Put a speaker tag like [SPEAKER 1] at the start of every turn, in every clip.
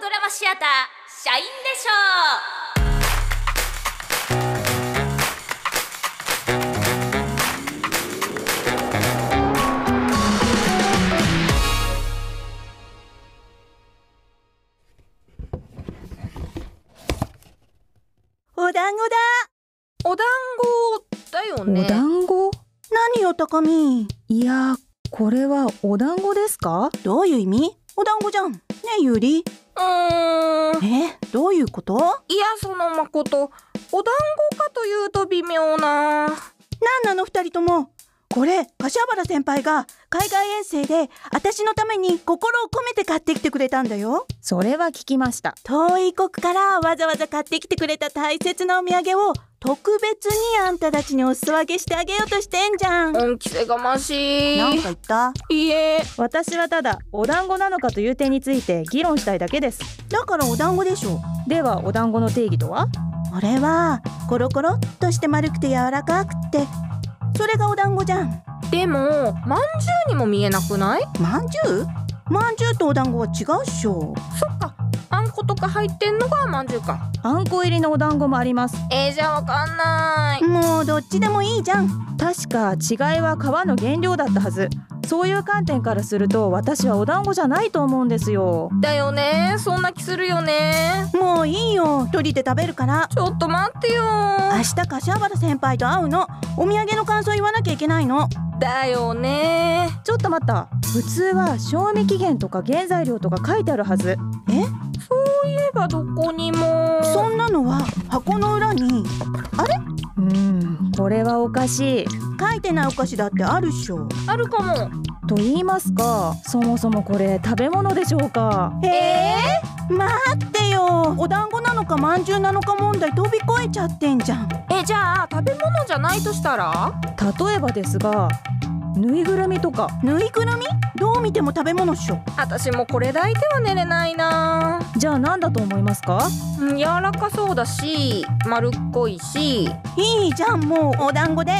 [SPEAKER 1] ドラマシアター社員でしょ
[SPEAKER 2] お団子だ
[SPEAKER 3] お団子だよね
[SPEAKER 2] お団子
[SPEAKER 4] 何よ高見
[SPEAKER 2] いやこれはお団子ですか
[SPEAKER 4] どういう意味お団子じゃんねえゆり
[SPEAKER 3] うーん
[SPEAKER 4] えどういうことない
[SPEAKER 3] やそのまことお団子かというと微妙なん
[SPEAKER 4] なの二人ともこれ柏原先輩が海外遠征で私のために心を込めて買ってきてくれたんだよ
[SPEAKER 2] それは聞きました
[SPEAKER 4] 遠い国からわざわざ買ってきてくれた大切なお土産を特別にあんたたちにお裾分けしてあげようとしてんじゃんなんか
[SPEAKER 3] 恩着せがましい
[SPEAKER 4] 言った
[SPEAKER 3] いえ
[SPEAKER 2] 私はただお団子なのかという点について議論したいだけです
[SPEAKER 4] だからお団子でしょ
[SPEAKER 2] ではお団子の定義とは
[SPEAKER 4] これはコロコロっとして丸くて柔らかくってそれがお団子じゃん
[SPEAKER 3] でもまんじゅうにも見えなくない
[SPEAKER 4] まんじゅうまんじゅうとお団子は違うっしょ
[SPEAKER 3] そっかあんことか入ってんのがまんじゅうか
[SPEAKER 2] あんこ入りのお団子もあります
[SPEAKER 3] えー、じゃあわかんない
[SPEAKER 4] もうどっちでもいいじゃん
[SPEAKER 2] 確か違いは皮の原料だったはずそういう観点からすると私はお団子じゃないと思うんですよ
[SPEAKER 3] だよねそんな気するよね
[SPEAKER 4] もういいよ一人で食べるから
[SPEAKER 3] ちょっと待ってよ
[SPEAKER 4] 明日柏原先輩と会うのお土産の感想言わなきゃいけないの
[SPEAKER 3] だよね
[SPEAKER 2] ちょっと待った普通は賞味期限とか原材料とか書いてあるはず
[SPEAKER 3] そういえばどこにも
[SPEAKER 4] そんなのは箱の裏に
[SPEAKER 2] うんこれはおかしい
[SPEAKER 4] 書いてないお菓子だってあるっしょ
[SPEAKER 3] あるかも
[SPEAKER 2] と言いますかそもそもこれ食べ物でしょうか
[SPEAKER 4] えー、待ってよお団子なのかまんじゅうなのか問題飛び越えちゃってんじゃん
[SPEAKER 3] えじゃあ食べ物じゃないとしたら
[SPEAKER 2] 例えばですがぬいぐるみとか
[SPEAKER 4] ぬいぐるみどう見ても食べ物っしょ
[SPEAKER 3] 私もこれ抱いては寝れないな
[SPEAKER 2] じゃあ何だと思いますか
[SPEAKER 3] うん柔らかそうだし丸っこいし
[SPEAKER 4] いいじゃんもうお団子で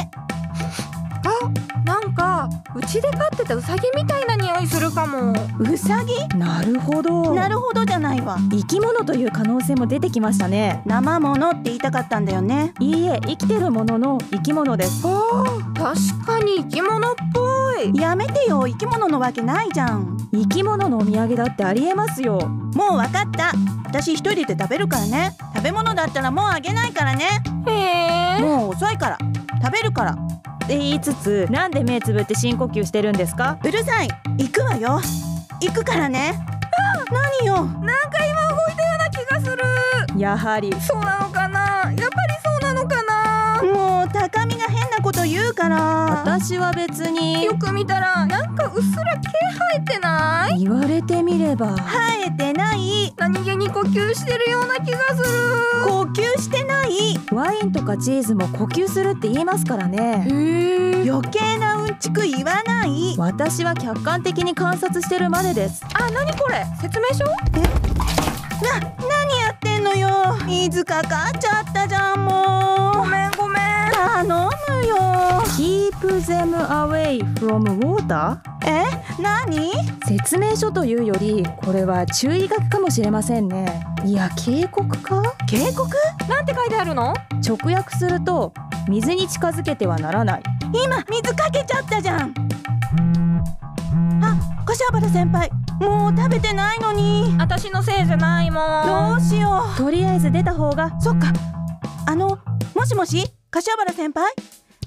[SPEAKER 3] なんかうちで飼ってたウサギみたいな匂いするかも
[SPEAKER 4] うさぎ
[SPEAKER 2] なるほど
[SPEAKER 4] なるほどじゃないわ
[SPEAKER 2] 生き物という可能性も出てきましたね
[SPEAKER 4] 生ものって言いたかったんだよね
[SPEAKER 2] いいえ生きてるものの生き物です
[SPEAKER 3] 確かに生き物っぽい
[SPEAKER 4] やめてよ生き物のわけないじゃん
[SPEAKER 2] 生き物のお土産だってありえますよ
[SPEAKER 4] もうわかった私一人で食べるからね食べ物だったらもうあげないからね
[SPEAKER 3] へえ
[SPEAKER 4] もう遅いから食べるから
[SPEAKER 2] って言いつつなんで目つぶって深呼吸してるんですか
[SPEAKER 4] うるさい行くわよ行くからね何
[SPEAKER 3] なん
[SPEAKER 4] よ
[SPEAKER 3] か今動いたような気がする
[SPEAKER 2] やはり
[SPEAKER 3] そうなのかなやっぱりそうなのかな
[SPEAKER 4] もう高見が変なこと言うから
[SPEAKER 2] 私は別に
[SPEAKER 3] よく見たらなんかうっすら毛生えてない
[SPEAKER 2] 言われてみれば
[SPEAKER 4] 生えてない
[SPEAKER 3] 何気に呼吸してるような気がする
[SPEAKER 4] 呼吸してない
[SPEAKER 2] ワインとかチーズも呼吸するって言いますからね
[SPEAKER 3] へえ
[SPEAKER 4] 余計なうんちく言わない
[SPEAKER 2] 私は客観的に観察してるまでです
[SPEAKER 3] あ、なにこれ説明書
[SPEAKER 4] な何やってんのよ水かかっちゃったじゃんも
[SPEAKER 3] ご
[SPEAKER 4] う
[SPEAKER 3] めんごめん
[SPEAKER 4] 頼むよ
[SPEAKER 2] Keep them away from water?
[SPEAKER 4] え何
[SPEAKER 2] 説明書というよりこれは注意書きかもしれませんねいや警告か
[SPEAKER 4] 警告
[SPEAKER 3] なんて書いてあるの
[SPEAKER 2] 直訳すると水に近づけてはならない
[SPEAKER 4] 今水かけちゃったじゃんあ柏原先輩もう食べてないのに
[SPEAKER 3] 私のせいじゃないも
[SPEAKER 4] ど
[SPEAKER 3] ん
[SPEAKER 4] うしよ
[SPEAKER 2] とりあえず出た方が
[SPEAKER 4] うそっかあのもしもし柏原先輩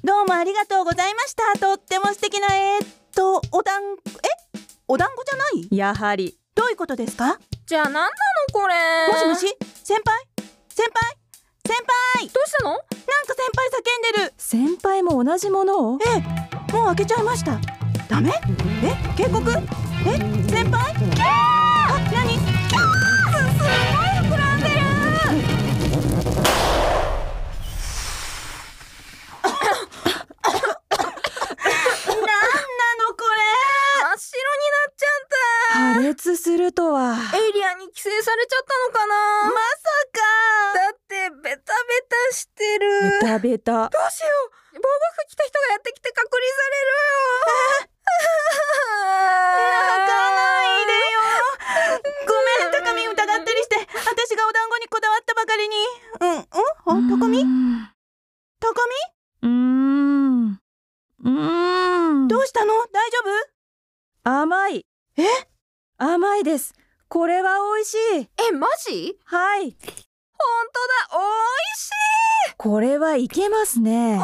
[SPEAKER 4] どうもありがとうございましたとっても素敵なえーっとお団えお団子じゃない
[SPEAKER 2] やはり
[SPEAKER 4] どういうことですか
[SPEAKER 3] じゃあなんなのこれ
[SPEAKER 4] もしもし先輩先輩先輩
[SPEAKER 3] どうしたの
[SPEAKER 4] なんか先輩叫んでる
[SPEAKER 2] 先輩も同じものを
[SPEAKER 4] ええもう開けちゃいましたダメえ警告え先輩キャーあ何キャーすすごい膨らんでる
[SPEAKER 3] 真
[SPEAKER 4] なんなのこ
[SPEAKER 3] っ白になっちゃ
[SPEAKER 2] 破裂するとは
[SPEAKER 3] ったエイリアンに寄生されちゃったのかな
[SPEAKER 4] れま
[SPEAKER 3] だっ
[SPEAKER 4] さか
[SPEAKER 3] てベタベタしてる
[SPEAKER 2] ベタベタ
[SPEAKER 3] どうしよう防護服着た人がやってきて隔離されるよ
[SPEAKER 4] 泣かないでよごめん高見疑ってる
[SPEAKER 2] これは美味しい
[SPEAKER 3] えマジ
[SPEAKER 2] はい
[SPEAKER 3] 本当だおいしい
[SPEAKER 2] これはいけますね
[SPEAKER 3] おいし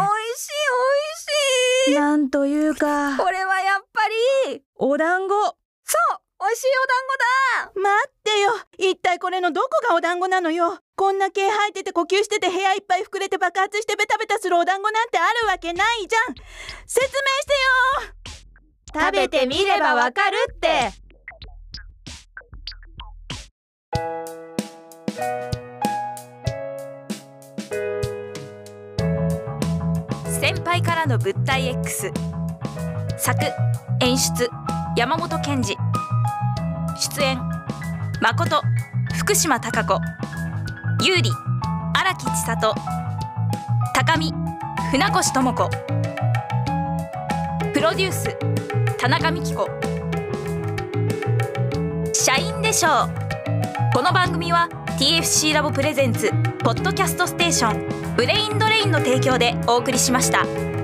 [SPEAKER 3] いおいしい
[SPEAKER 2] なんというか
[SPEAKER 3] これはやっぱり
[SPEAKER 2] お団子
[SPEAKER 3] そうおいしいお団子だ
[SPEAKER 4] 待ってよ一体これのどこがお団子なのよこんな毛生えてて呼吸してて部屋いっぱい膨れて爆発してベタベタするお団子なんてあるわけないじゃん説明してよ
[SPEAKER 2] 食べてみればわかるって
[SPEAKER 1] 先輩からの物体 X 作演出山本賢治出演誠福島貴子優里荒木千里高見船越智子プロデュース田中美希子社員でしょうこの番組は TFC ラボプレゼンツポッドキャストステーションブレインドレインの提供でお送りしました。